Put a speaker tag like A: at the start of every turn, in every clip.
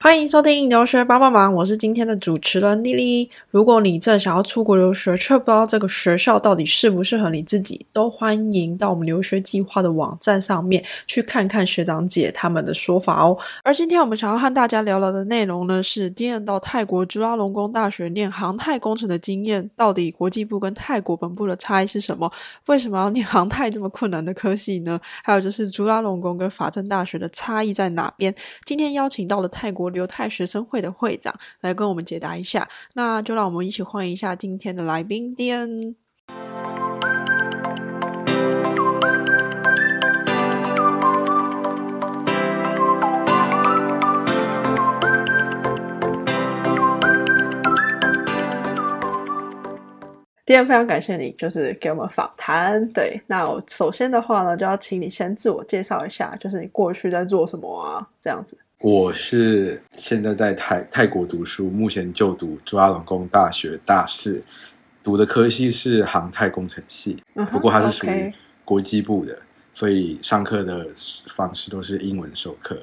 A: 欢迎收听留学帮帮忙，我是今天的主持人丽丽。如果你正想要出国留学，却不知道这个学校到底适不适合你自己，都欢迎到我们留学计划的网站上面去看看学长姐他们的说法哦。而今天我们想要和大家聊聊的内容呢，是 d n 到泰国朱拉隆功大学念航太工程的经验，到底国际部跟泰国本部的差异是什么？为什么要念航太这么困难的科系呢？还有就是朱拉隆功跟法政大学的差异在哪边？今天邀请到了泰国留泰学生会的会长来跟我们解答一下，那就让我们一起欢迎一下今天的来宾 d n 第二，非常感谢你，就是给我们访谈。对，那我首先的话呢，就要请你先自我介绍一下，就是你过去在做什么啊，这样子。
B: 我是现在在泰泰国读书，目前就读朱拉隆功大学大四，读的科系是航太工程系，
A: 嗯哼
B: 不过它是属
A: OK
B: 于国际部的，所以上课的方式都是英文授课。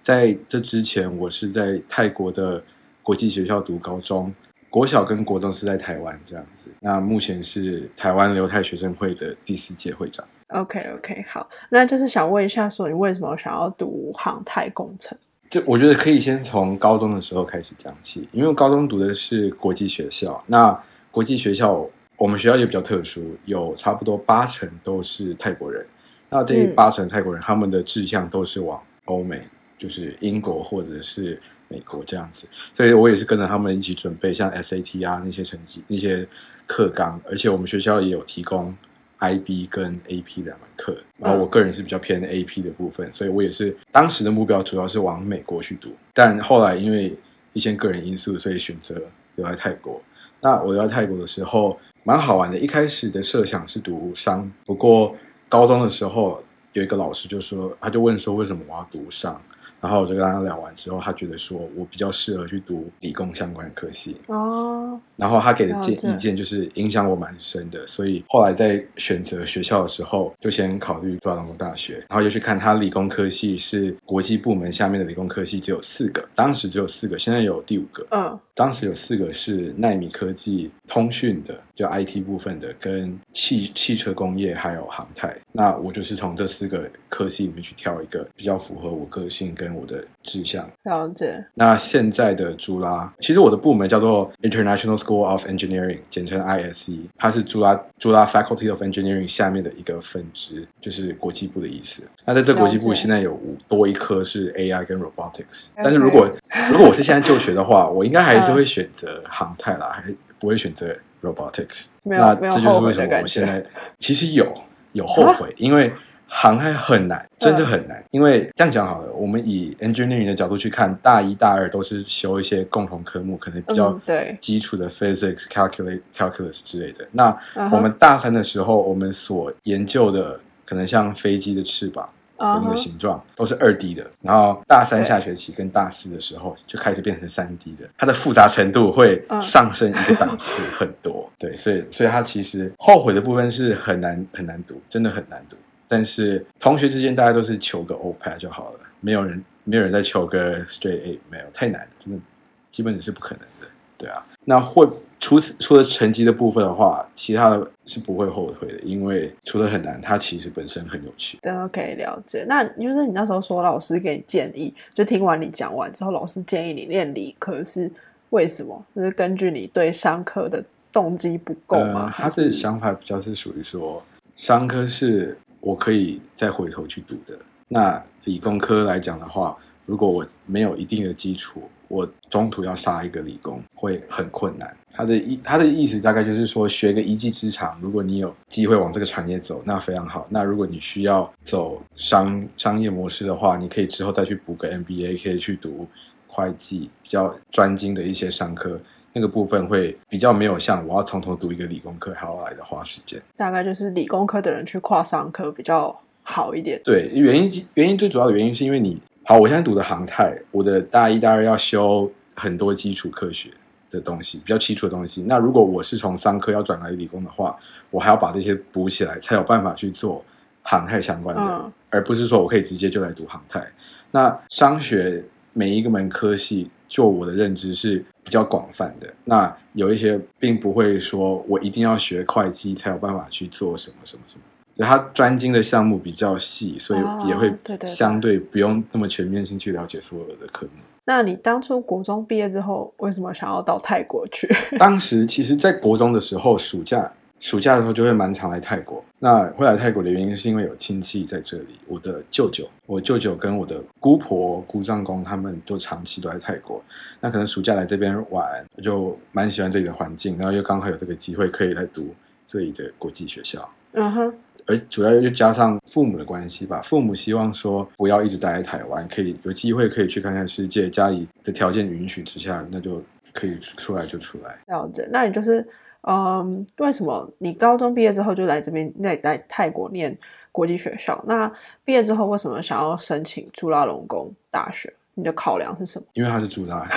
B: 在这之前，我是在泰国的国际学校读高中，国小跟国中是在台湾这样子。那目前是台湾留泰学生会的第四届会长。
A: OK OK，好，那就是想问一下，说你为什么想要读航太工程？
B: 这我觉得可以先从高中的时候开始讲起，因为我高中读的是国际学校。那国际学校，我们学校也比较特殊，有差不多八成都是泰国人。那这
A: 嗯
B: 八成泰国人，他们的志向都是往欧美，就是英国或者是美国这样子。所以我也是跟着他们一起准备，像 SAT 啊那些成绩、那些课纲，而且我们学校也有提供 IB 跟 AP 两门课。然后我个人是比较偏 AP 的部分，所以我也是当时的目标主要是往美国去读，但后来因为一些个人因素，所以选择留在泰国。那我留在泰国的时候，蛮好玩的。一开始的设想是读商，不过高中的时候有一个老师就说，他就问说为什么我要读商，然后我就跟他聊完之后，他觉得说我比较适合去读理工相关的科系，
A: 哦，
B: 然后他给的
A: 了
B: 建
A: 解
B: 意见就是影响我蛮深的，所以后来在选择学校的时候，就先考虑抓龙工大学，然后又去看他理工科系是国际部门下面的理工科系只有四个，当时只有四个，现在有第五个，
A: 嗯
B: 当时有四个是纳米科技、通讯的，就 IT 部分的，跟汽汽车工业还有航太。那我就是从这四个科系里面去挑一个比较符合我个性跟我的志向。
A: 了解。
B: 那现在的朱拉，其实我的部门叫做 International School of Engineering，简称 ISE，它是朱拉朱拉 Faculty of Engineering 下面的一个分支，就是国际部的意思。那在这国际部
A: 了解
B: 现在有五多一科是 AI 跟 Robotics，
A: OK
B: 但是如果如果我是现在就学的话，我应该还是
A: 嗯
B: 会选择航太啦，还不会选择 Robotics。
A: 没有
B: 那
A: 没有
B: 这就
A: 后
B: 是
A: 悔
B: 为
A: 的
B: 什么
A: 感
B: 我
A: 觉啊
B: 现在其实有有后悔，因为航太很难，真
A: 嗯
B: 的很难。因为这样讲好了，我们以 engineering 的角度去看，大一、大二都是修一些共同科目，可能比较
A: 嗯对
B: 基础的 physics、calculus、calculus 之类的。那
A: 嗯哼
B: 我们大三的时候，我们所研究的可能像飞机的翅膀。
A: 啊、
B: 的那个形状都是二 D 的，然后大三下学期跟大四的时候就开始变成三 D 的，它的复杂程度会
A: 嗯
B: 上升一个档次很多。对，所以所以它其实后悔的部分是很难很难读，真的很难读。但是同学之间大家都是求个 O 派就好了，没有人没有人在求个 straight A，没有太难了，真的基本是不可能的。对啊，那会除此除了成绩的部分的话，其他的是不会后悔的，因为除了很难，它其实本身很有趣。
A: 对，OK，了解。那就是你那时候说老师给你建议，就听完你讲完之后，老师建议你练理科是为什么？就是根据你对商科的动机不够吗？
B: 呃？
A: 还
B: 他的想法比较是属于说，商科是我可以再回头去读的。那理工科来讲的话，如果我没有一定的基础，我中途要杀一个理工会很困难。他的意他的意思大概就是说，学个一技之长，如果你有机会往这个产业走，那非常好。那如果你需要走商商业模式的话，你可以之后再去补个 MBA，可以去读会计比较专精的一些商科，那个部分会比较没有像我要从头读一个理工科还要来的花时间。
A: 大概就是理工科的人去跨商科比较好一点。
B: 对，原因原因最主要的原因是因为你好，我现在读的航太，我的大一大二要修很多基础科学的东西，比较基础的东西。那如果我是从商科要转来理工的话，我还要把这些补起来，才有办法去做航太相关的，
A: 嗯
B: 而不是说我可以直接就来读航太。那商学每一个门科系，就我的认知是比较广泛的。那有一些并不会说我一定要学会计才有办法去做什么什么什么，就他专精的项目比较细，所以也会
A: 哦对对对
B: 相对不用那么全面性去了解所有的科目。
A: 那你当初国中毕业之后，为什么想要到泰国去？
B: 当时其实，在国中的时候，暑假暑假的时候就会蛮常来泰国。那会来泰国的原因是因为有亲戚在这里，我的舅舅，我舅舅跟我的姑婆、姑丈公他们都长期都在泰国。那可能暑假来这边玩，我就蛮喜欢这里的环境，然后又刚好有这个机会可以来读这里的国际学校。
A: 嗯哼，
B: 而主要又加上父母的关系吧，父母希望说不要一直待在台湾，可以有机会可以去看看世界，家里的条件允许之下，那就可以出来就出来。
A: 了解。那你就是，嗯，为什么你高中毕业之后就来这边，来来泰国念国际学校？那毕业之后为什么想要申请朱拉隆功大学？你的考量是什么？
B: 因为他是啊住那里。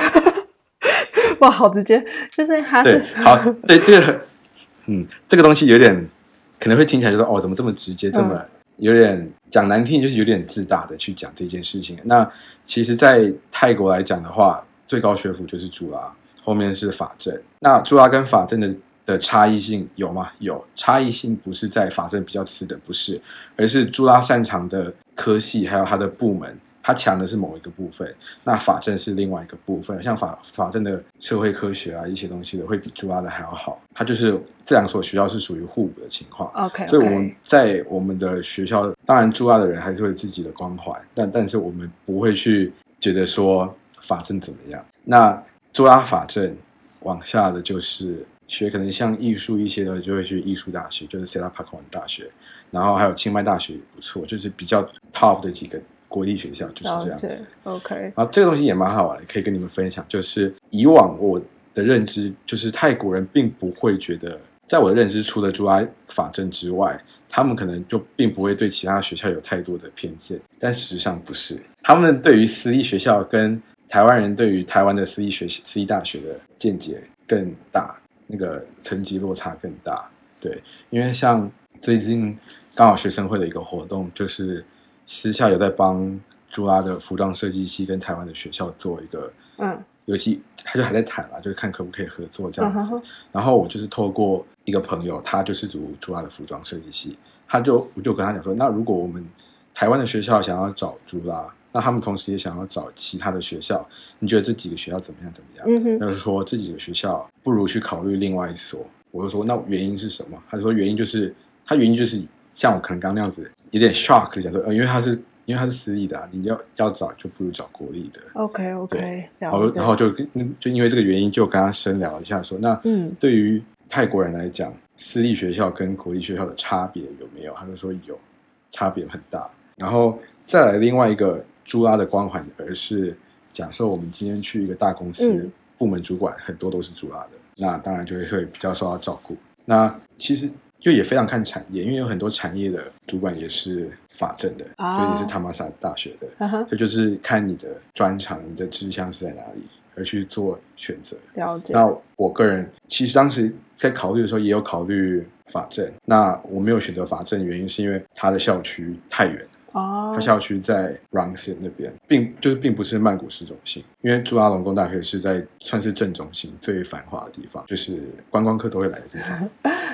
A: 哇，好直接，就是他啊
B: 对
A: 是，
B: 好，对这个，嗯，这个东西有点可能会听起来就说哦，怎么这么直接，这么、有点讲难听，就是有点自大的去讲这件事情。那其实，在泰国来讲的话，最高学府就是朱拉，后面是法政。那朱拉跟法政的的差异性有吗？有差异性不是在法政比较次等，不是，而是朱拉擅长的科系还有他的部门。他强的是某一个部分，那法政是另外一个部分，像法法政的社会科学啊一些东西的，会比朱拉的还要好。它就是这两所学校是属于互补的情况，
A: OK，
B: 所以我们在我们的学校，当然驻外的人还是会有自己的光环，但但是我们不会去觉得说法政怎么样。那驻拉法政往下的就是学，可能像艺术一些的就会去艺术大学，就是 s e l a p a k o n 大学，然后还有清迈大学也不错，就是比较 top 的几个国立学校就是
A: 了
B: 这样
A: 解
B: 子。
A: OK，
B: 然后这个东西也蛮好玩的，可以跟你们分享。就是以往我的认知，就是泰国人并不会觉得，在我的认知，除了朱拉法政之外，他们可能就并不会对其他学校有太多的偏见。但事实上不是，他们对于私立学校跟台湾人对于台湾的私立学私立大学的见解更大，那个层级落差更大。对，因为像最近刚好学生会的一个活动，就是私下有在帮朱拉的服装设计系跟台湾的学校做一个，
A: 嗯，
B: 尤其他就还在谈啦，就是看可不可以合作这样
A: 嗯哼
B: 子。
A: 哼
B: 然后我就是透过一个朋友，他就是读朱拉的服装设计系，他就我就跟他讲说，那如果我们台湾的学校想要找朱拉，那他们同时也想要找其他的学校，你觉得这几个学校怎么样？怎么样？
A: 嗯哼，
B: 他就说这几个学校不如去考虑另外一所。我就说那原因是什么？他就说原因就是他原因就是像我可能刚那样子有点 shock 地讲说，呃，因为他是因为他是私立的、啊，你要要找就不如找国立的。
A: OK OK，
B: 对
A: 了
B: 然后
A: 解。
B: 然后就跟就因为这个原因就跟他深聊一下说，那
A: 嗯
B: 对于泰国人来讲，私立学校跟国立学校的差别有没有？他就说有，差别很大。然后再来另外一个朱拉的光环，而是假设我们今天去一个大公司，
A: 嗯
B: 部门主管很多都是朱拉的，那当然就会会比较受到照顾。那其实就也非常看产业，因为有很多产业的主管也是法政的，
A: 啊
B: 就也是塔玛萨大学的，
A: 啊哈，
B: 这就是看你的专长、你的志向是在哪里，而去做选择。
A: 了解。
B: 那我个人其实当时在考虑的时候，也有考虑法政。那我没有选择法政，原因是因为它的校区太远，
A: 哦
B: 它，校区在 Rangsit 那边，并就是并不是曼谷市中心，因为朱拉隆功大学是在算是正中心最繁华的地方，就是观光客都会来的地方。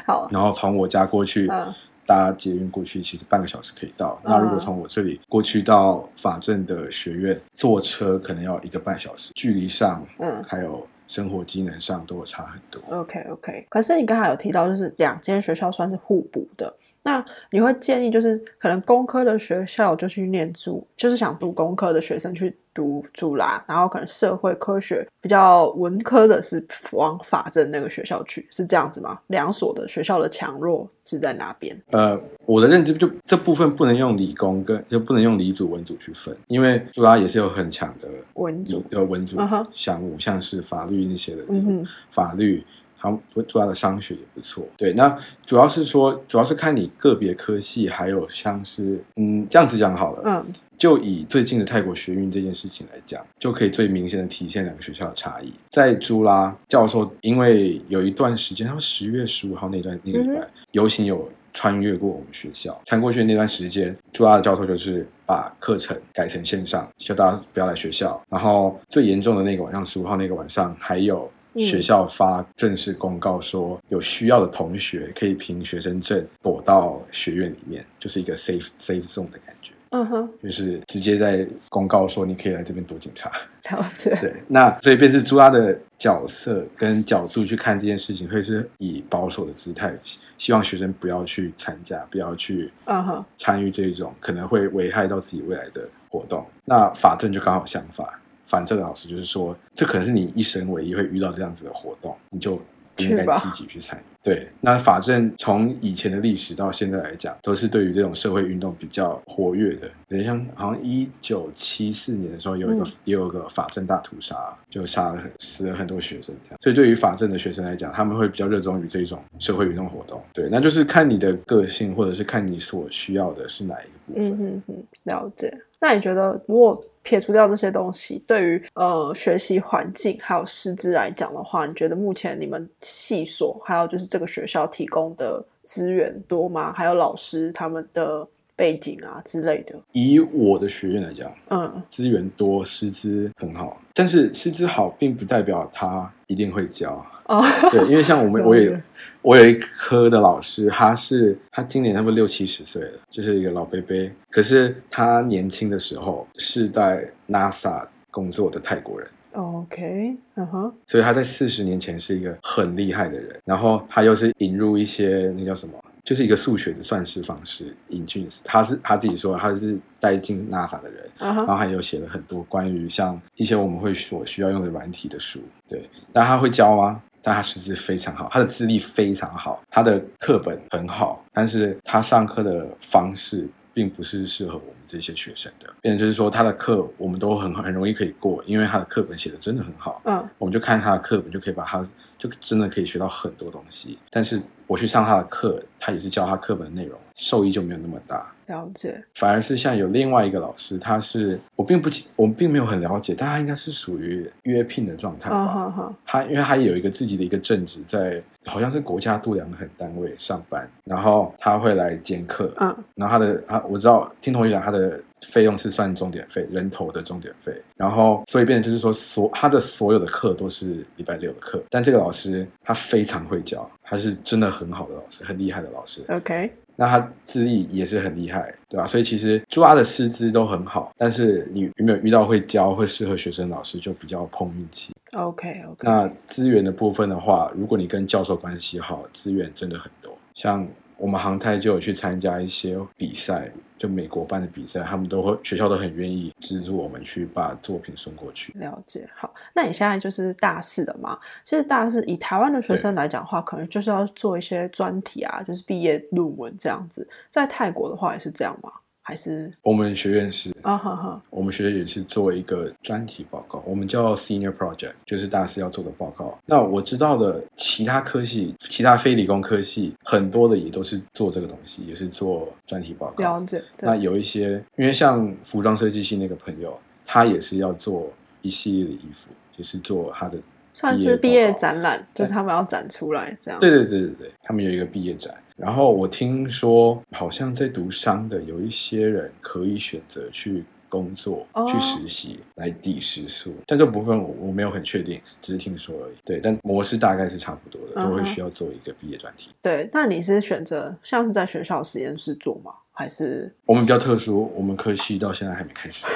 A: 好，
B: 然后从我家过去
A: 嗯，
B: 搭捷运过去，其实半个小时可以到。
A: 嗯
B: 那如果从我这里过去到法政的学院，坐车可能要一个半小时，距离上，
A: 嗯
B: 还有生活机能上都有差很多。
A: OK OK，可是你刚才有提到，就是两间学校算是互补的。那你会建议，就是可能工科的学校就去念主，就是想读工科的学生去读主啦，然后可能社会科学比较文科的是往法政那个学校去，是这样子吗？两所的学校的强弱是在哪边？
B: 呃，我的认知就这部分不能用理工跟就不能用理组文组去分，因为朱拉也是有很强的
A: 文组，
B: 呃文组
A: 嗯哼
B: 项目，像是法律那些的，
A: 嗯哼，
B: 法律，他们主要的商学也不错。对，那主要是说，主要是看你个别科系，还有像是嗯这样子讲好了，
A: 嗯
B: 就以最近的泰国学运这件事情来讲，就可以最明显的体现两个学校的差异。在朱拉教授，因为有一段时间，他们十月十五号那段那个礼拜、游行有穿越过我们学校，穿过去的那段时间，朱大的教授就是把课程改成线上，叫大家不要来学校。然后最严重的那个晚上，十五号那个晚上，还有
A: 嗯
B: 学校发正式公告说，有需要的同学可以凭学生证躲到学院里面，就是一个 safe safe zone 的感觉，
A: 嗯哼，
B: 就是直接在公告说你可以来这边躲警察。
A: 了解。
B: 对，那所以便是朱拉的角色跟角度去看这件事情，会是以保守的姿态，希希望学生不要去参加，不要去
A: 嗯哼，
B: 参与这一种可能会危害到自己未来的活动。那法政就刚好相反，法政的老师就是说，这可能是你一生唯一会遇到这样子的活动，你就。不应该嗯
A: 去吧
B: 积极去参与。对，那法政从以前的历史到现在来讲，都是对于这种社会运动比较活跃的。人像好像一九七四年的时候，有一个、
A: 嗯
B: 也有个法政大屠杀，就杀了很死了很多学生这样。所以对于法政的学生来讲，他们会比较热衷于这种社会运动活动。对，那就是看你的个性，或者是看你所需要的是哪一个部分。
A: 嗯哼哼，了解。那你觉得，如果撇除掉这些东西，对于呃学习环境还有师资来讲的话，你觉得目前你们系所还有就是这个学校提供的资源多吗？还有老师他们的背景啊之类的？
B: 以我的学院来讲，
A: 嗯
B: 资源多，师资很好，但是师资好并不代表他一定会教。
A: 哦，
B: 对，因为像我
A: 了
B: 们，
A: 解
B: 我也我有一科的老师，他是他今年差不多六七十岁了，就是一个老伯伯。可是他年轻的时候是在 NASA 工作的泰国人，
A: OK，嗯哼，
B: 所以他在四十年前是一个很厉害的人。然后他又是引入一些那叫什么，就是一个数学的算式方式引进。他是他自己说他是带进 NASA 的人，
A: 啊
B: 然后
A: 哈，
B: 还有写了很多关于像一些我们会所需要用的软体的书。对，那他会教吗？但他师资非常好，他的资历非常好，他的课本很好，但是他上课的方式并不是适合我们这些学生的。变成就是说，他的课我们都很很容易可以过，因为他的课本写的真的很好。
A: 嗯
B: 我们就看他的课本，就可以把他就真的可以学到很多东西。但是我去上他的课，他也是教他课本的内容，受益就没有那么大。
A: 了解，
B: 反而是像有另外一个老师，他是我并不我并没有很了解，但他应该是属于约聘的状态
A: 啊
B: 吧。
A: 哈哈，
B: 他因为他有一个自己的一个正职在，好像是国家度量衡单位上班，然后他会来兼课，
A: 嗯
B: 然后他的他我知道听同学讲他的费用是算钟点费，人头的钟点费，然后所以变成就是说所他的所有的课都是礼拜六的课，但这个老师他非常会教，他是真的很好的老师，很厉害的老师，
A: ，OK，
B: 那他资历也是很厉害，对吧？所以其实朱拉的师资都很好，但是你有没有遇到会教、会适合学生的老师，就比较碰运气。
A: OK OK，
B: 那资源的部分的话，如果你跟教授关系好，资源真的很多。像我们航太就有去参加一些比赛，就美国办的比赛，他们都会学校都很愿意资助我们去把作品送过去。
A: 了解。好，那你现在就是大四的嘛？其实大四以台湾的学生来讲的话，可能就是要做一些专题啊，就是毕业论文这样子。在泰国的话也是这样吗？还是
B: 我们学院是
A: 啊哈哈
B: 我们学院也是做一个专题报告，我们叫 senior project，就是大四要做的报告。那我知道的其他科系，其他非理工科系很多的也都是做这个东西，也是做专题报告
A: 了。解？
B: 那
A: 对，
B: 有一些，因为像服装设计系那个朋友，他也是要做一系列的衣服，也是做他的。
A: 算是
B: 毕
A: 毕
B: 业
A: 业
B: 报告
A: 展览，就是他们要展出来这样。
B: 对对对对对，他们有一个毕业展。然后我听说，好像在读商的有一些人可以选择去工作、
A: 哦
B: 去实习来抵时数，但这部分我我没有很确定，只是听说而已。对，但模式大概是差不多的，
A: 嗯
B: 都
A: 哼
B: 会需要做一个毕业专题。
A: 对，那你是选择像是在学校实验室做吗？还 是
B: 我们比较特殊，我们科系到现在还没开始。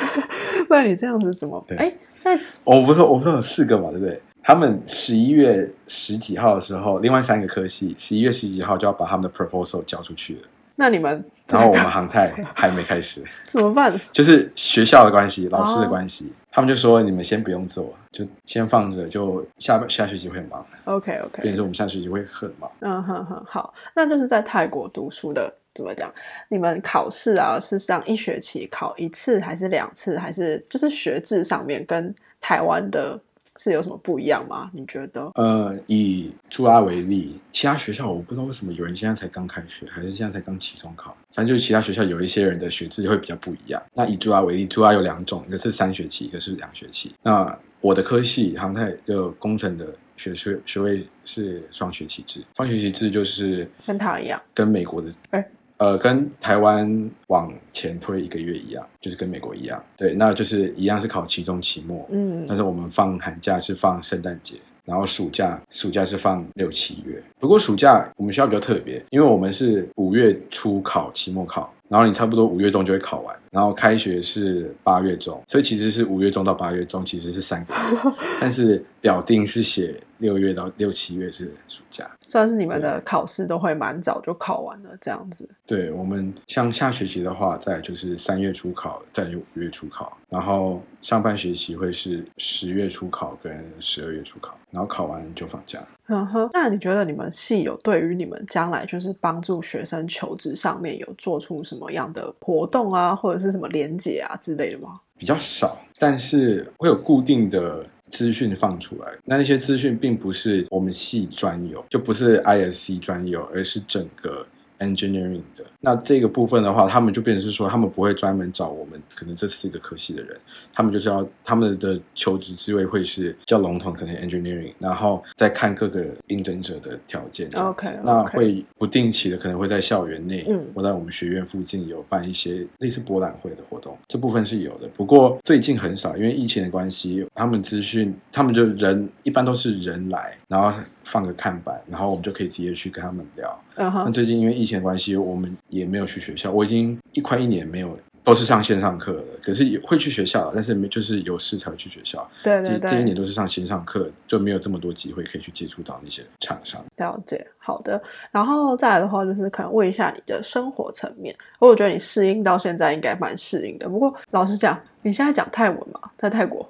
A: 那你这样子怎么？
B: 对
A: 哎，在
B: 我不是我不是有四个嘛，对不对？他们十一月十几号的时候，另外三个科系十一月十几号就要把他们的 proposal 交出去了，
A: 那你们
B: 然后我们航太还没开始。
A: 怎么办？
B: 就是学校的关系、老师的
A: 哦
B: 关系，他们就说你们先不用做，就先放着，就下下学期会很忙。
A: OK
B: 变
A: OK，
B: 成我们下学期会很忙。
A: 嗯哼哼，好，那就是在泰国读书的，怎么讲？你们考试啊，是上一学期考一次，还是两次，还是就是学制上面跟台湾的是有什么不一样吗？你觉得？
B: 呃，以朱拉为例，其他学校我不知道为什么有人现在才刚开学，还是现在才刚期中考，反正就是其他学校有一些人的学制会比较不一样。那以朱拉为例，朱拉有两种，一个是三学期，一个是两学期。那我的科系航太的工程的学学学位是双学期制，双学期制就是
A: 跟他一样，
B: 跟美国的，
A: 哎
B: 呃，跟台湾往前推一个月一样，就是跟美国一样。对，那就是一样是考期中、期末，
A: 嗯
B: 但是我们放寒假是放圣诞节，然后暑假暑假是放六七月。不过暑假我们学校比较特别，因为我们是五月初考期末考，然后你差不多五月中就会考完，然后开学是八月中，所以其实是五月中到八月中其实是三个月，但是表定是写六月到六七月是暑假。
A: 算是你们的考试都会蛮早就考完了这样子。
B: 对我们像下学期的话，再来就是三月初考，再就五月初考，然后上半学期会是十月初考跟十二月初考，然后考完就放假。
A: 嗯哼，那你觉得你们系有对于你们将来就是帮助学生求职上面有做出什么样的活动啊，或者是什么连结啊之类的吗？
B: 比较少，但是会有固定的资讯放出来。那那些资讯并不是我们系专有，就不是 ISC 专有，而是整个 engineering 的。那这个部分的话，他们就变成是说，他们不会专门找我们可能这四个科系的人，他们就是要他们的求职职位会是比较笼统，可能 engineering，然后再看各个应征者的条件这样子。
A: OK，OK
B: 那会不定期的可能会在校园内，
A: 嗯
B: 或在我们学院附近有办一些类似博览会的活动，这部分是有的。不过最近很少，因为疫情的关系，他们资讯，他们就人一般都是人来，然后放个看板，然后我们就可以直接去跟他们聊。
A: 嗯
B: 那
A: 哼，
B: 最近因为疫情的关系，我们也没有去学校，我已经一快一年没有。都是上线上课的，可是也会去学校，但是没就是有事才会去学校。
A: 对
B: 这
A: 对
B: 这一
A: 对
B: 年，都是上线上课，就没有这么多机会可以去接触到那些厂商。
A: 了解。好的，然后再来的话就是可能问一下你的生活层面，我觉得你适应到现在应该蛮适应的。不过老实讲，你现在讲泰文嘛，在泰国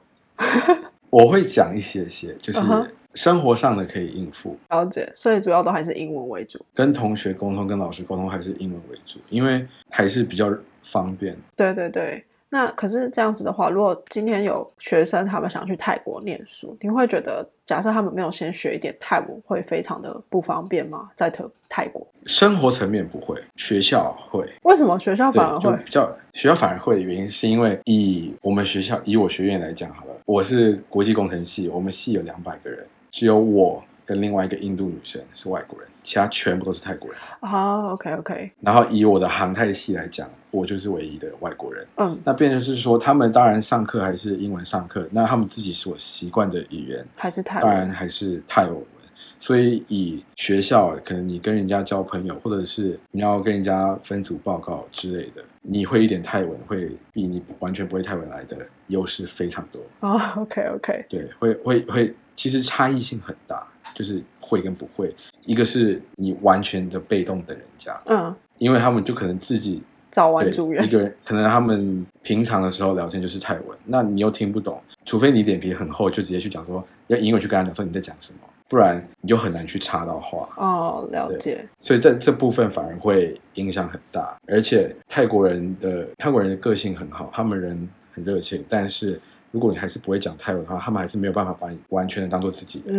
B: 我会讲一些些，就是
A: 嗯哼
B: 生活上的可以应付，
A: 了解，所以主要都还是英文为主。
B: 跟同学沟通、跟老师沟通还是英文为主，因为还是比较方便。
A: 对对对，那可是这样子的话，如果今天有学生他们想去泰国念书，你会觉得假设他们没有先学一点泰文，会非常的不方便吗？在特泰国，
B: 生活层面不会，学校会，
A: 为什么学校反而
B: 对，就
A: 会？
B: 比较学校反而会的原因，是因为以我们学校以我学院来讲好了，我是国际工程系，我们系有两百个人，只有我跟另外一个印度女生是外国人，其他全部都是泰国人。
A: 啊，OK OK，
B: 然后以我的航太系来讲，我就是唯一的外国人。
A: 嗯，
B: 那变成是说，他们当然上课还是英文上课，那他们自己所习惯的语言，
A: 还是泰
B: 当然
A: 文。
B: 还是泰文。所以以学校，可能你跟人家交朋友，或者是你要跟人家分组报告之类的，你会一点泰文，会比你完全不会泰文来的优势非常多。
A: 啊，OK OK，
B: 对，会会会，其实差异性很大，就是会跟不会，一个是你完全的被动等人家，
A: 嗯，
B: 因为他们就可能自己
A: 早晚
B: 对，
A: 组员
B: 一，个人可能他们平常的时候聊天就是泰文，那你又听不懂，除非你脸皮很厚，就直接去讲说要英文去跟他讲说你在讲什么，不然你就很难去插到话。
A: 哦，了解，
B: 所以在这部分反而会影响很大，而且泰国人的泰国人的个性很好，他们人很热情，但是如果你还是不会讲泰文的话，他们还是没有办法把你完全的当做自己人。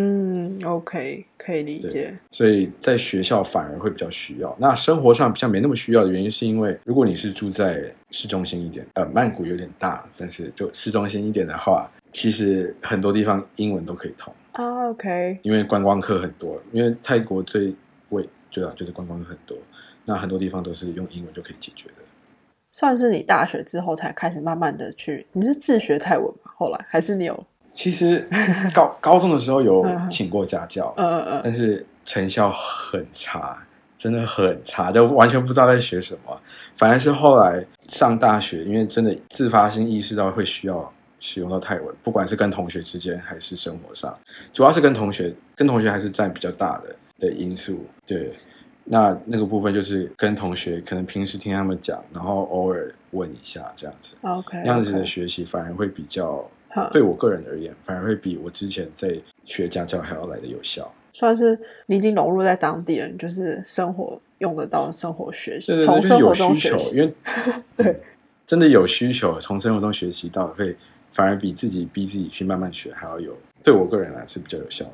A: 嗯，OK，可以理解，
B: 所以在学校反而会比较需要。那生活上比较没那么需要的原因，是因为如果你是住在市中心一点，呃，曼谷有点大，但是就市中心一点的话，其实很多地方英文都可以通，
A: 啊，OK，
B: 因为观光客很多，因为泰国最贵，对啊，就是观光客很多，那很多地方都是用英文就可以解决的。
A: 算是你大学之后才开始慢慢的去，你是自学泰文吗？后来还是你有，
B: 其实 高高中的时候有
A: 嗯
B: 请过家教，
A: 呃呃，
B: 但是成效很差，真的很差，就完全不知道在学什么。反而是后来上大学，因为真的自发性意识到会需要使用到泰文，不管是跟同学之间还是生活上，主要是跟同学，跟同学还是占比较大的的因素。对，那那个部分就是跟同学，可能平时听他们讲，然后偶尔问一下这样子，
A: 啊哎 OK，
B: 那样子的学习反而会比较。
A: 哈
B: 对我个人而言，反而会比我之前在学家教还要来的有效。
A: 算是你已经融入在当地人，就是生活用得到生活学习，
B: 对对
A: 从
B: 对，就是
A: 生活
B: 有
A: 中
B: 需
A: 学
B: 求，
A: 习。
B: 因为对真的有需求，从生活中学习到会反而比自己逼自己去慢慢学还要有，对我个人来是比较有效的。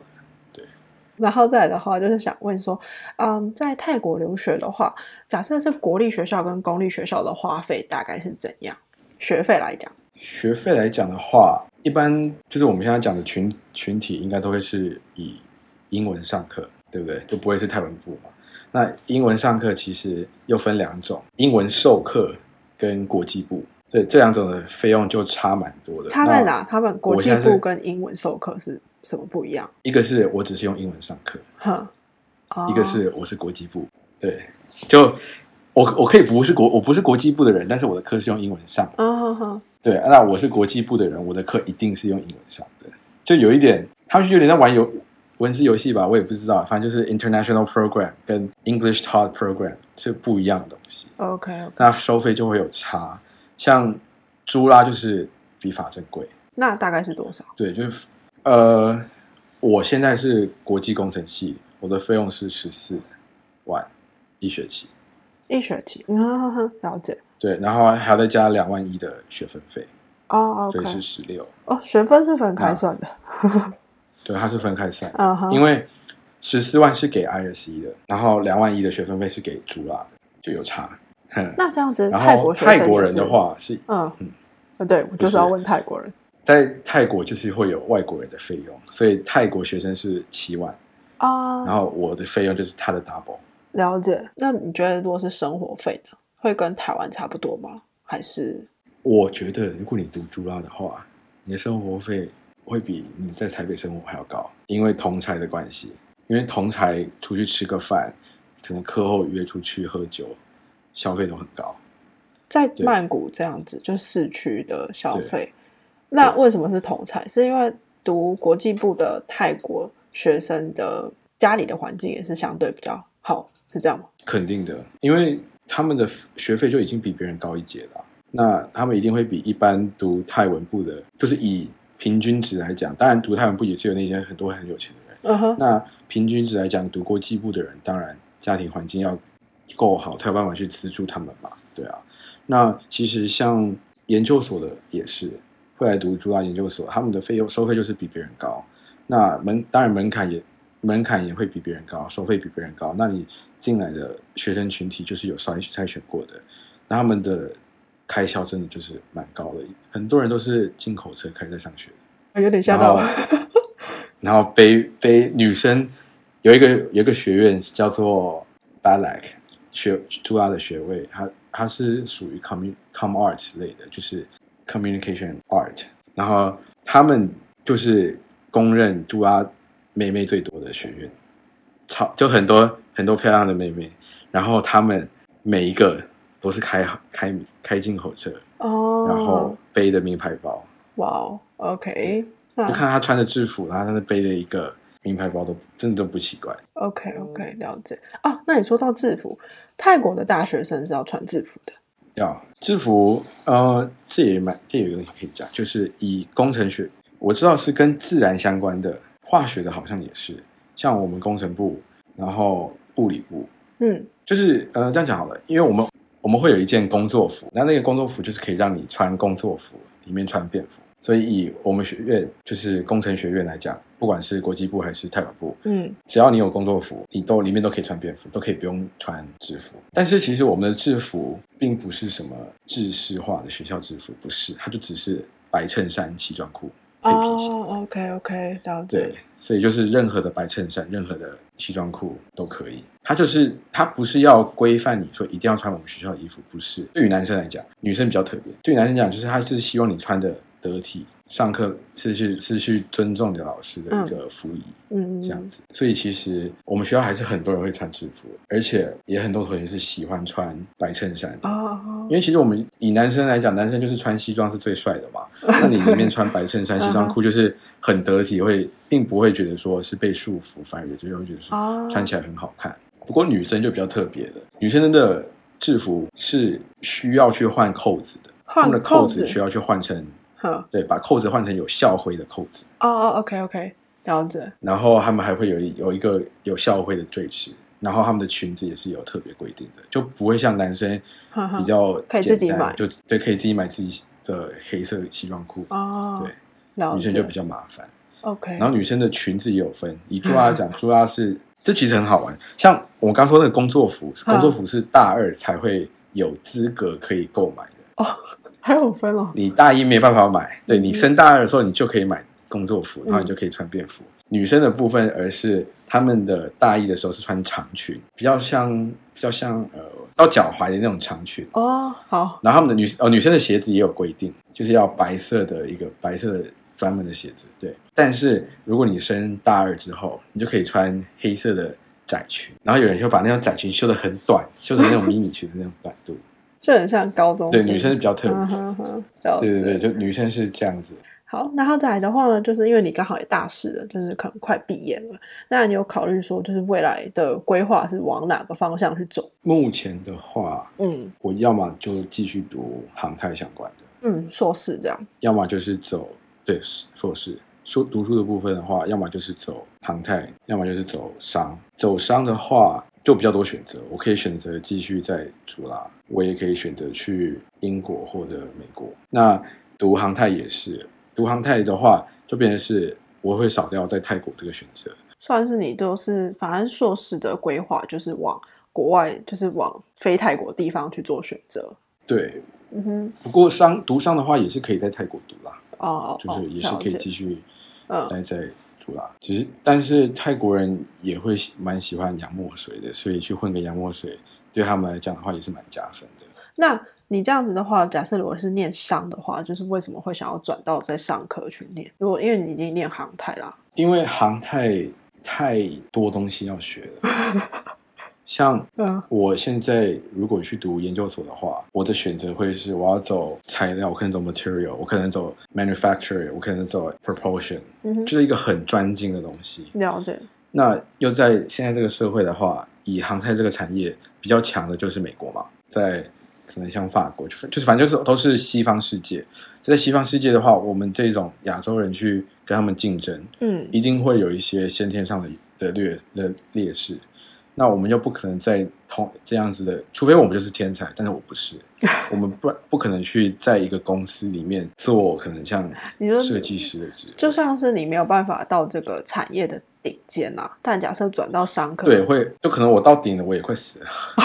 A: 然后再来的话，就是想问说，嗯，在泰国留学的话，假设是国立学校跟公立学校的花费大概是怎样？学费来讲，
B: 学费来讲的话，一般就是我们现在讲的群群体，应该都会是以英文上课，对不对？就不会是泰文部嘛。那英文上课其实又分两种，英文授课跟国际部，这这两种的费用就差蛮多的。
A: 差在哪？他们国
B: 我
A: 际
B: 现在
A: 部
B: 是
A: 跟英文授课是什么不一样？
B: 一个是我只是用英文上课，
A: 哼，哦
B: 一个是我是国际部，对，就我我可以不是国我不是国际部的人，但是我的课是用英文上的，
A: 嗯哼哼，
B: 对，那我是国际部的人，我的课一定是用英文上的，就有一点他们就有点在玩游文字游戏吧，我也不知道，反正就是 international program 跟 English taught program 是不一样的东西，
A: OK OK，
B: 那收费就会有差，像朱拉就是比法政贵，
A: 那大概是多少？
B: 对，就是呃，我现在是国际工程系，我的费用是十四万一学期，
A: 一学期？嗯哼哼哼，了解。
B: 对，然后还要再加两万一的学分费，
A: 哦
B: 所以
A: ，OK，
B: 是十六。
A: 哦，学分是分开算的。
B: 对，它是分开算，
A: 嗯哼，
B: 因为十四万是给 ISE 的，然后两万一的学分费是给朱拉的，就有差。哼
A: 那这样子，
B: 然
A: 泰
B: 后
A: 国学
B: 泰
A: 生
B: 国
A: 也
B: 人
A: 是
B: 的，话是
A: 嗯
B: 嗯
A: 呃，对，我就是要问泰国人。
B: 在泰国就是会有外国人的费用，所以泰国学生是七万，
A: 啊
B: 然，后我的费用就是他的 double。
A: 了解。那你觉得如果是生活费呢，会跟台湾差不多吗？还是
B: 我觉得，如果你读朱拉的话，你的生活费会比你在台北生活还要高，因为同才的关系。因为同才出去吃个饭，可能课后约出去喝酒，消费都很高。
A: 在
B: 对
A: 曼谷这样子，就市区的消
B: 对
A: 费，那为什么是同才？是因为读国际部的泰国学生的家里的环境也是相对比较好，是这样吗？
B: 肯定的，因为他们的学费就已经比别人高一截了啊，那他们一定会比一般读泰文部的，就是以平均值来讲，当然读泰文部也是有那些很多很有钱的人。
A: 嗯哼，
B: 那平均值来讲，读国际部的人，当然家庭环境要够好，才有办法去资助他们嘛。对啊，那其实像研究所的也是，会来读珠大研究所，他们的费用收费就是比别人高。那门当然门槛也门槛也会比别人高，收费比别人高。那你进来的学生群体就是有筛筛选过的，那他们的开销真的就是蛮高的，很多人都是进口车开在上学的。
A: 有点吓
B: 然
A: 到
B: 后
A: 我。
B: 然后背背女生有一个有一个学院叫做 Balak 学朱拉的学位，它它是属于 commun com arts 类的，就是 communication art。然后他们就是公认朱拉妹妹最多的学院，超就很多很多漂亮的妹妹，然后他们每一个都是开开开进口车，
A: 哦，
B: 然后背的名牌包。
A: 哇哦，OK，那
B: 就看他穿着制服，然后他那背了一个名牌包都真的都不奇怪。
A: OK OK 了解啊。那你说到制服，泰国的大学生是要穿制服的
B: 要制服，呃，这也蛮这也有东西可以讲，就是以工程学，我知道是跟自然相关的，化学的好像也是，像我们工程部，然后物理部，
A: 嗯，
B: 就是呃这样讲好了，因为我们我们会有一件工作服，那那个工作服就是可以让你穿工作服，里面穿便服。所以以我们学院就是工程学院来讲，不管是国际部还是泰管部，
A: 嗯
B: 只要你有工作服，你都里面都可以穿便服，都可以不用穿制服。但是其实我们的制服并不是什么制式化的学校制服，不是，它就只是白衬衫、西装裤配皮鞋。
A: 哦，OK OK 了
B: 对
A: 解，，
B: 所以就是任何的白衬衫、任何的西装裤都可以。它就是它不是要规范你说一定要穿我们学校的衣服，不是。对于男生来讲，女生比较特别。对于男生讲，就是他就是希望你穿的得体，上课是去是去尊重你的老师的一个服仪。
A: 嗯嗯
B: 这样
A: 嗯
B: 子。所以其实我们学校还是很多人会穿制服，而且也很多同学是喜欢穿白衬衫的。
A: 哦
B: 因为其实我们以男生来讲，男生就是穿西装是最帅的嘛。那你里面穿白衬 衫、
A: 嗯哼
B: 西装裤，就是很得体，会并不会觉得说是被束缚，反而有就会觉得说
A: 哦
B: 穿起来很好看。不过女生就比较特别了，女生的制服是需要去换扣子的，
A: 换
B: 她们的
A: 扣
B: 扣
A: 子
B: 子需要去换成
A: 哼
B: 对，把扣子换成有校徽的扣子。
A: 哦哦，OK OK 了解，
B: 然后他们还会有一有一个有校徽的坠饰，然后他们的裙子也是有特别规定的，就不会像男生
A: 哈哈
B: 比较
A: 啊可以自己
B: 简单
A: 买
B: 就对，可以自己买自己的黑色西装裤，
A: 哦，
B: 对，
A: 了
B: 女
A: 解，嗯
B: 生就比较麻烦。
A: OK，
B: 然后女生的裙子也有分，以朱拉来讲，朱拉是这其实很好玩，像我刚说那个工作服，
A: 嗯
B: 工作服是大二才会有资格可以购买的，
A: 还有分哦，
B: 你大一没办法买，对
A: 嗯
B: 你升大二的时候你就可以买工作服，
A: 嗯
B: 然后你就可以穿便服。女生的部分，而是她们的大一的时候是穿长裙，比较像比较像呃到脚踝的那种长裙。
A: 哦，好，
B: 然后他们的女哦女生的鞋子也有规定，就是要白色的一个白色的专门的鞋子。对，但是如果你升大二之后，你就可以穿黑色的窄裙，然后有人就把那种窄裙修得很短，修成那种迷你裙的那种短度。
A: 就很像高中
B: 对，
A: 生
B: 女生是比较特
A: 嗯
B: 别。
A: 哼哼，了
B: 对对
A: 解
B: 对，就女生是这样子。
A: 好，然后再来的话呢，就是因为你刚好也大四了，就是可能快毕业了，那你有考虑说，就是未来的规划是往哪个方向去走？
B: 目前的话，
A: 嗯
B: 我要么就继续读航太相关的，
A: 嗯，硕士这样。
B: 要么就是走对硕士。书读书的部分的话，要么就是走航太，要么就是走商。走商的话就比较多选择，我可以选择继续在朱拉，我也可以选择去英国或者美国。那读航太也是，读航太的话就变成是我会少掉在泰国这个选择。
A: 算是你就是，反正硕士的规划就是往国外，就是往非泰国地方去做选择。
B: 对，
A: 嗯哼，
B: 不过商读商的话也是可以在泰国读啦。
A: 哦，
B: 就
A: 哦
B: 是也是
A: 了
B: 可以
A: 解
B: 继续
A: 嗯
B: 待在主拉。只是但是泰国人也会喜蛮喜欢洋墨水的，所以去混个洋墨水对他们来讲的话也是蛮加分的。
A: 那你这样子的话，假设如果是念商的话，就是为什么会想要转到在商科去念？如果因为你已经念航太啦，
B: 因为航太太多东西要学了， 像
A: 嗯
B: 我现在如果去读研究所的话，我的选择会是我要走材料，我可能走 material，我可能走 manufacturing，我可能走 propulsion，
A: 嗯哼，
B: 就是一个很专精的东西。
A: 了解，
B: 那又在现在这个社会的话，以航太这个产业比较强的就是美国嘛，在可能像法国，就是就是反正就是都是西方世界。在西方世界的话，我们这种亚洲人去跟他们竞争，
A: 嗯
B: 一定会有一些先天上的的劣的劣势。那我们又不可能在同这样子的，除非我们就是天才，但是我不是，我们不不可能去在一个公司里面做可能像
A: 你说
B: 设计师的职位，
A: 就像是你没有办法到这个产业的顶尖啦、但假设转到商科，
B: 对，，会就可能我到顶了，我也快死了，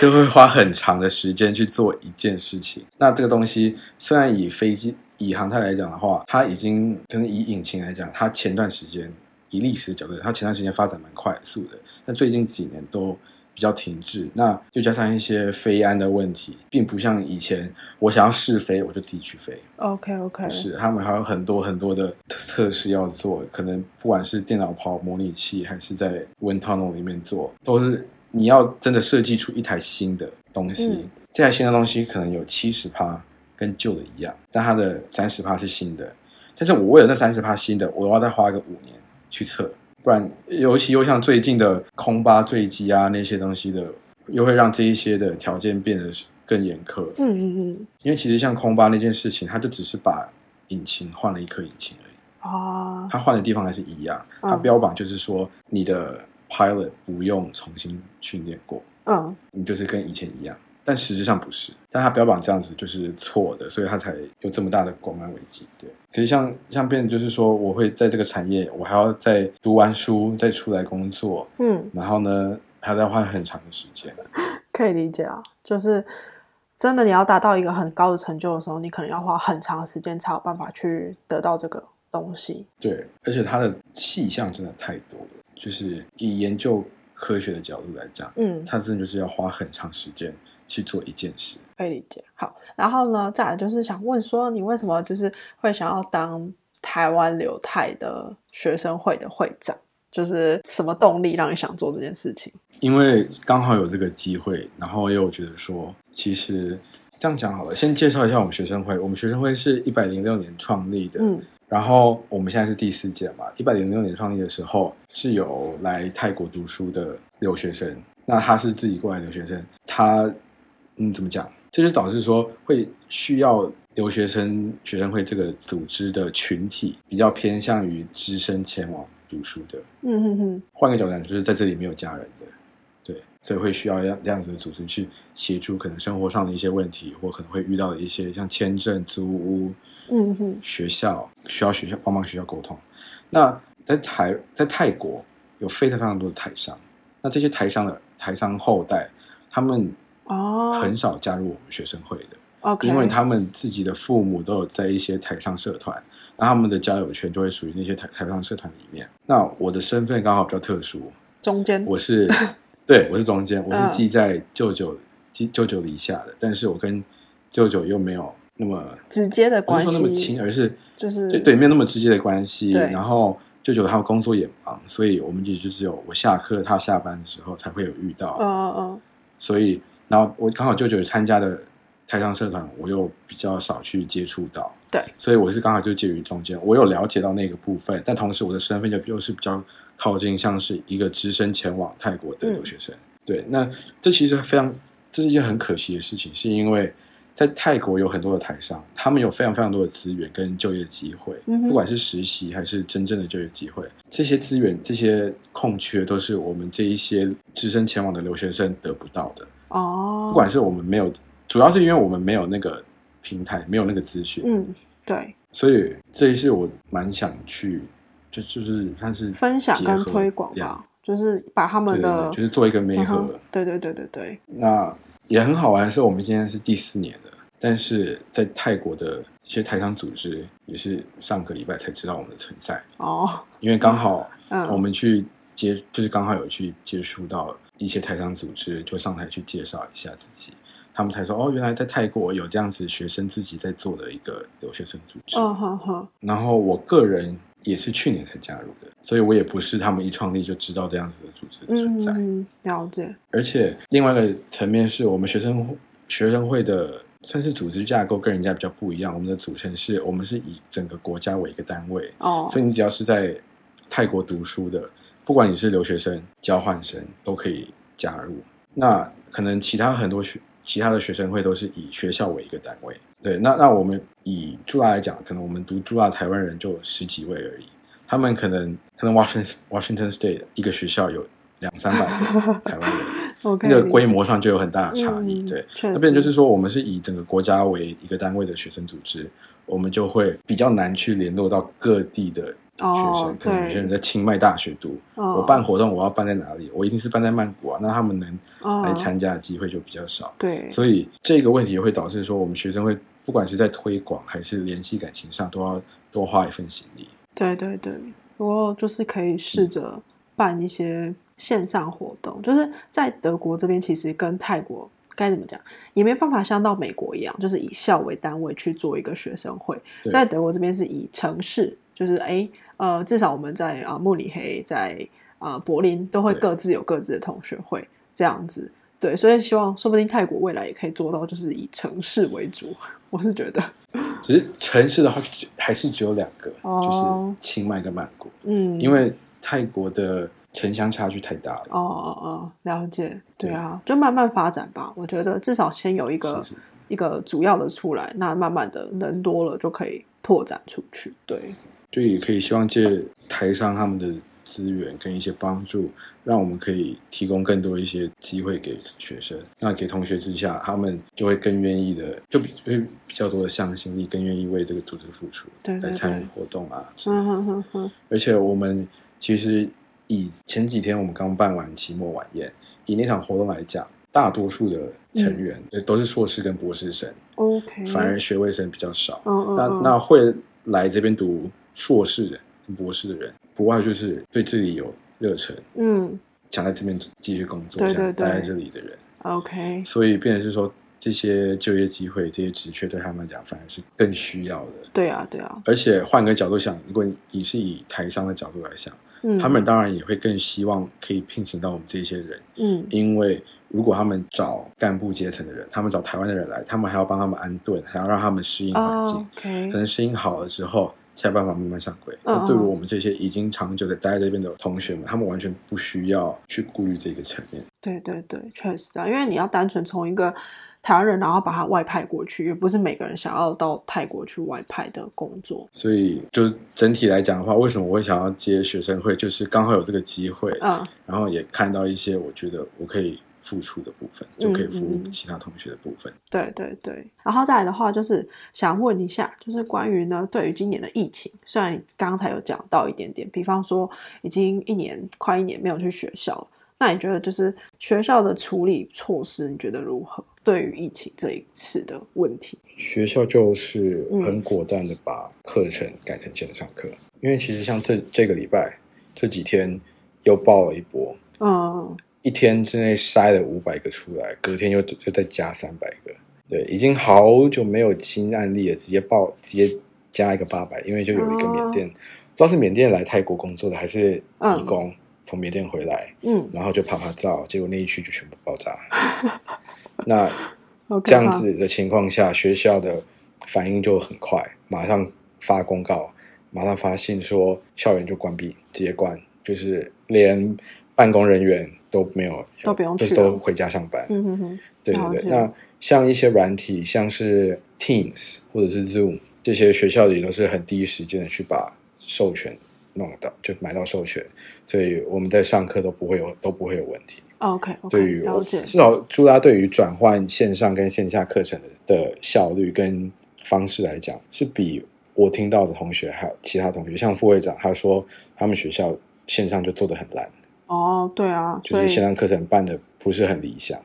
B: 就会花很长的时间去做一件事情。那这个东西虽然以飞机、以航太来讲的话，它已经跟以引擎来讲，它前段时间以历史的角度，它前段时间发展蛮快速的，但最近几年都。比较停滞，那又加上一些飞安的问题，并不像以前我想要试飞我就自己去飞，
A: OK OK，
B: 不是，他们还有很多很多的测试要做，可能不管是电脑跑模拟器，还是在 Win Tunnel 里面做，都是你要真的设计出一台新的东西。
A: 嗯
B: 这台新的东西可能有七十趴跟旧的一样，但它的三十趴是新的。但是我为了那三十趴新的，我要再花个五年去测，不然尤其又像最近的空巴坠机啊那些东西的，又会让这一些的条件变得更严苛。
A: 嗯嗯嗯，
B: 因为其实像空巴那件事情，它就只是把引擎换了一颗引擎而已，
A: 啊，
B: 它换的地方还是一样。
A: 嗯
B: 它标榜就是说你的 pilot 不用重新训练过，
A: 嗯
B: 你就是跟以前一样，但实质上不是。但它标榜这样子就是错的，所以它才有这么大的公安危机。对，可是像像变成就是说，我会在这个产业，我还要再读完书，再出来工作，
A: 嗯，
B: 然后呢，还要再花很长的时间。
A: 可以理解啊，就是真的你要达到一个很高的成就的时候，你可能要花很长的时间才有办法去得到这个东西。
B: 对，而且它的细项真的太多了，就是以研究科学的角度来讲，
A: 嗯，
B: 它真的就是要花很长时间去做一件事。
A: 可以理解。好，然后呢，再来就是想问说，你为什么就是会想要当台湾留泰的学生会的会长？就是什么动力让你想做这件事情？
B: 因为刚好有这个机会，然后又觉得说，其实这样讲好了，先介绍一下我们学生会。我们学生会是一百零六年创立的，
A: 嗯
B: 然后我们现在是第四届嘛，一百零六年创立的时候是有来泰国读书的留学生，那他是自己过来留学生，他嗯怎么讲，这就导致说会需要留学生学生会这个组织的群体比较偏向于只身前往读书的，
A: 嗯哼哼，
B: 换个角度讲，就是在这里没有家人的，对，所以会需要这样这样子的组织去协助可能生活上的一些问题，或可能会遇到的一些像签证、租屋、
A: 嗯哼，
B: 学校需要学校帮忙学校沟通。那在台在泰国有非常非常多的台商，那这些台商的台商后代，他们
A: 哦，
B: 很少加入我们学生会的，
A: OK，
B: 因为他们自己的父母都有在一些台商社团，那他们的交友圈就会属于那些台台上社团里面。那我的身份刚好比较特殊，
A: 中间
B: 我 是对我是中间，我
A: 嗯
B: 是寄在舅舅寄舅舅篱下的，但是我跟舅舅又没有那么
A: 直接的
B: 不
A: 关
B: 是说那么亲，
A: 系，
B: 而是
A: 就是
B: 对对，没有那么直接的关系。
A: 嗯对
B: 然后舅舅他工作也忙，所以我们也就只有我下课他下班的时候才会有遇到。
A: 嗯嗯嗯，
B: 所以，然后我刚好舅舅参加的台上社团，我又比较少去接触到。
A: 对，
B: 所以我是刚好就介于中间，我有了解到那个部分，但同时我的身份又又是比较靠近，像是一个只身前往泰国
A: 嗯
B: 的留学生。对，那这其实非常，这是一件很可惜的事情，是因为在泰国有很多的台商，他们有非常非常多的资源跟就业机会，
A: 嗯哼
B: 不管是实习还是真正的就业机会，这些资源、这些空缺都是我们这一些只身前往的留学生得不到的。
A: 哦，
B: 不管是我们没有，主要是因为我们没有那个平台，没有那个资讯，
A: 嗯对，
B: 所以这一次我蛮想去，就就是它是
A: 分享跟
B: 结合
A: 推广
B: 两，
A: 吧，就是把他们
B: 对对
A: 的
B: 对，就是做一个媒
A: 嗯
B: 合。
A: 哼对对对对对，
B: 那也很好玩，是我们现在是第四年了，但是在泰国的一些台商组织也是上个礼拜才知道我们的存在，
A: 哦，
B: 因为刚好
A: 嗯，
B: 我们去接，就是刚好有去接触到一些台商组织，就上台去介绍一下自己，他们才说哦，原来在泰国有这样子学生自己在做的一个留学生组织。
A: 嗯哼哼，
B: 然后我个人也是去年才加入的，所以我也不是他们一创立就知道这样子的组织的存
A: 嗯
B: 在。
A: 嗯，了解，
B: 而且另外一个层面是我们学生会学生会的算是组织架构跟人家比较不一样，我们的组成是我们是以整个国家为一个单位，
A: 哦，
B: 所以你只要是在泰国读书的，不管你是留学生、交换生，都可以加入。那可能其他很多学其他的学生会都是以学校为一个单位，对。那那我们以驻大来讲，可能我们读驻大的台湾人就十几位而已，他们可能可能 Washington Washington State 一个学校有两三百个台湾人，
A: 我可
B: 那
A: 以
B: 个
A: 理
B: 规
A: 解
B: 模上就有很大的差异，
A: 嗯
B: 对。
A: 确
B: 那
A: 实
B: 边就是说，我们是以整个国家为一个单位的学生组织，我们就会比较难去联络到各地的学
A: 哦
B: 生。
A: 嗯
B: 可能有些人
A: 对哦
B: 在清迈大学读，
A: 我
B: 我办活动我要办在哪里？我一定是办在曼谷啊，那他们能来参加的机会就比较少。
A: 哦嗯对，
B: 所以这个问题会导致说，我们学生会不管是在推广还是联系感情上，都要多花一份心力。
A: 对对对，不过就是可以试着办一些线上活动，就是在德国这边其实跟泰国该怎么讲，也没办法像到美国一样，就是以校为单位去做一个学生会，
B: 对
A: 在德国这边是以城市，就是诶呃，至少我们在啊、呃慕尼黑在。呃，柏林都会
B: 对
A: 各自有各自的同学会，这样子，对，所以希望说不定泰国未来也可以做到，就是以城市为主，我是觉得，
B: 只是城市的话，就还是只有两个，
A: 哦
B: 就是清迈跟曼谷，
A: 嗯，
B: 因为泰国的城乡差距太大了。
A: 哦哦哦，了解，对
B: 对
A: 啊，就慢慢发展吧。我觉得至少先有一个
B: 是是
A: 一个主要的出来，那慢慢的人多了就可以拓展出去。对，
B: 就也可以希望借台上他们的资源跟一些帮助，让我们可以提供更多一些机会给学生。那给同学之下，他们就会更愿意的，就比会比较多的向心力，更愿意为这个组织付出，
A: 对对
B: 来参与
A: 对
B: 活动啊。之类的
A: 嗯哼哼哼，
B: 而且我们其实以前几天我们刚办完期末晚宴，以那场活动来讲，大多数的
A: 嗯
B: 成员呃都是硕士跟博士生，
A: ，OK，
B: 反而学位生比较少。
A: 嗯嗯，
B: 那
A: 嗯
B: 那会来这边读硕士、博士的人，不外乎就是对这里有热忱，
A: 嗯
B: 想在这边继续工作，
A: 对对对
B: 想待在这里的人，
A: ，OK，
B: 所以变成是说，这些就业机会、这些职缺对他们来讲反而是更需要的。
A: 对啊对啊，
B: 而且换个角度想，如果你你是以台商的角度来想，
A: 嗯，
B: 他们当然也会更希望可以聘请到我们这些人，
A: 嗯
B: 因为如果他们找干部阶层的人，他们找台湾的人来，他们还要帮他们安顿，还要让他们适应环境。
A: 哦，OK，
B: 可能适应好了之后，才有办法慢慢上轨。
A: 嗯
B: 那对于我们这些已经长久的待在这边的同学们，他们完全不需要去顾虑这个层面。
A: 对对对，确实啊，因为你要单纯从一个台湾人，然后把他外派过去，也不是每个人想要到泰国去外派的工作。
B: 所以，就整体来讲的话，为什么我会想要接学生会，就是刚好有这个机会，
A: 嗯，
B: 然后也看到一些我觉得我可以付出的部
A: 嗯
B: 分，就可以服务其他同学的部分。
A: 对对对，然后再来的话，就是想问一下，就是关于呢，对于今年的疫情，虽然你刚才有讲到一点点，比方说已经一年快一年没有去学校了，那你觉得就是学校的处理措施，你觉得如何？对于疫情这一次的问题。
B: 学校就是很果断的把课程改成线上课，因为其实像这这个礼拜这几天又爆了一波，
A: 嗯，
B: 一天之内筛了五百个出来，隔天又又再加三百个，对，已经好久没有新案例了，直接爆直接加一个八百，因为就有一个缅甸，不知道是缅甸来泰国工作的还是
A: 嗯
B: 义工、从缅甸回来，
A: 嗯，
B: 然后就拍拍照，结果那一区就全部爆炸。那
A: 好可
B: 这样
A: 怕，
B: 子的情况下，学校的反应就很快，马上发公告，马上发信说校园就关闭，直接关，就是连办公人员都没有，
A: 都不用去了
B: 就是都回家上班。
A: 嗯哼哼，
B: 对
A: 了
B: 对
A: 解
B: 对。那像一些软体，像是 Teams 或者是 Zoom，这些学校里都是很第一时间的去把授权弄到，就买到授权，所以我们在上课都不会有都不会有问题。
A: OK，, o k
B: 对于
A: 了
B: 我
A: 解，
B: 至少朱拉对于转换线上跟线下课程的的效率跟方式来讲，是比我听到的同学还有其他同学，像副会长他说他们学校线上就做的很烂，
A: 哦，对啊，
B: 就
A: 所
B: 是
A: 以
B: 线上课程办的不是很理想，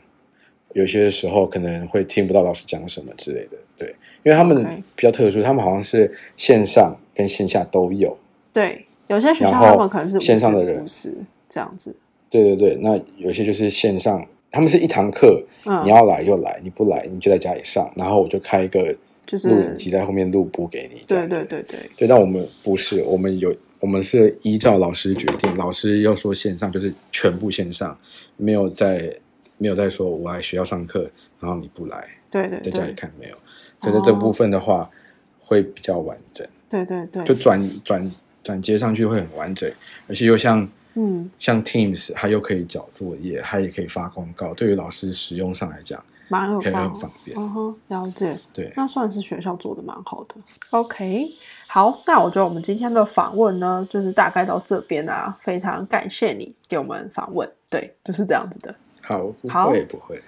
B: 有些时候可能会听不到老师讲什么之类的。对，因为他们
A: OK
B: 比较特殊，他们好像是线上跟线下都有。
A: 对有些学校
B: 然后
A: 他们可能是
B: 线上的人
A: 五十这样子，
B: 对对对，那有些就是线上，他们是一堂课，
A: 嗯，
B: 你要来就来，你不来你就在家里上，然后我就开一个
A: 就是
B: 录影机在后面录播给你。这
A: 对
B: 样子
A: 对对对，
B: 对，但我们不是，我们有我们是依照老师决定，老师要说线上就是全部线上，没有在没有在说我来学校上课，然后你不来，
A: 对对
B: 在
A: 对
B: 家里看没
A: 哦
B: 有，所以在这部分的话、会比较完整，
A: 对对对，
B: 就转转转接上去会很完整，而且又像
A: 嗯
B: 像 Teams，它又可以缴作业，它也可以发公告，对于老师使用上来讲
A: 蛮有
B: 也很
A: 帮。
B: 方便，
A: 嗯哼，了解，
B: 对。
A: 那算是学校做的蛮好的。OK，好，那我觉得我们今天的访问呢，就是大概到这边啊，非常感谢你给我们访问，对，就是这样子的。
B: 好，不
A: 好
B: 会不会。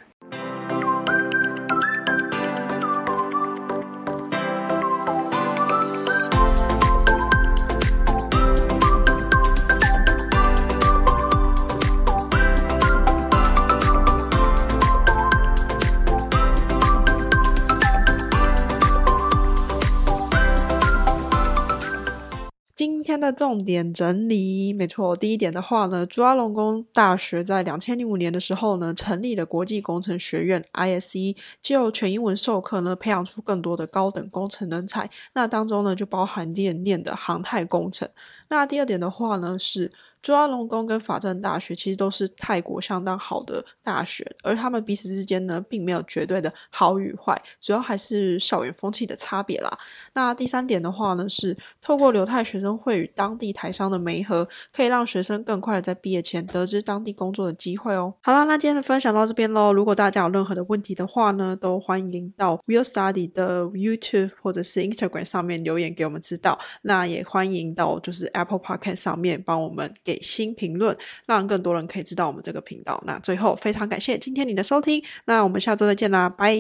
A: 今天的重点整理，没错，第一点的话呢，朱拉隆功大学在两千零五年的时候呢，成立了国际工程学院 （ISE），就全英文授课呢，培养出更多的高等工程人才。那当中呢，就包含念念的航太工程。那第二点的话呢，是朱拉隆功跟法政大学其实都是泰国相当好的大学，而他们彼此之间呢，并没有绝对的好与坏，主要还是校园风气的差别啦。那第三点的话呢，是透过留泰学生会与当地台商的媒合，可以让学生更快的在毕业前得知当地工作的机会哦。好啦，那今天的分享到这边喽。如果大家有任何的问题的话呢，都欢迎到 Real Study 的 YouTube 或者是 Instagram 上面留言给我们知道。那也欢迎到就是 Apple Podcast 上面帮我们给新评论，让更多人可以知道我们这个频道。那最后非常感谢今天你的收听，那我们下周再见啦，拜。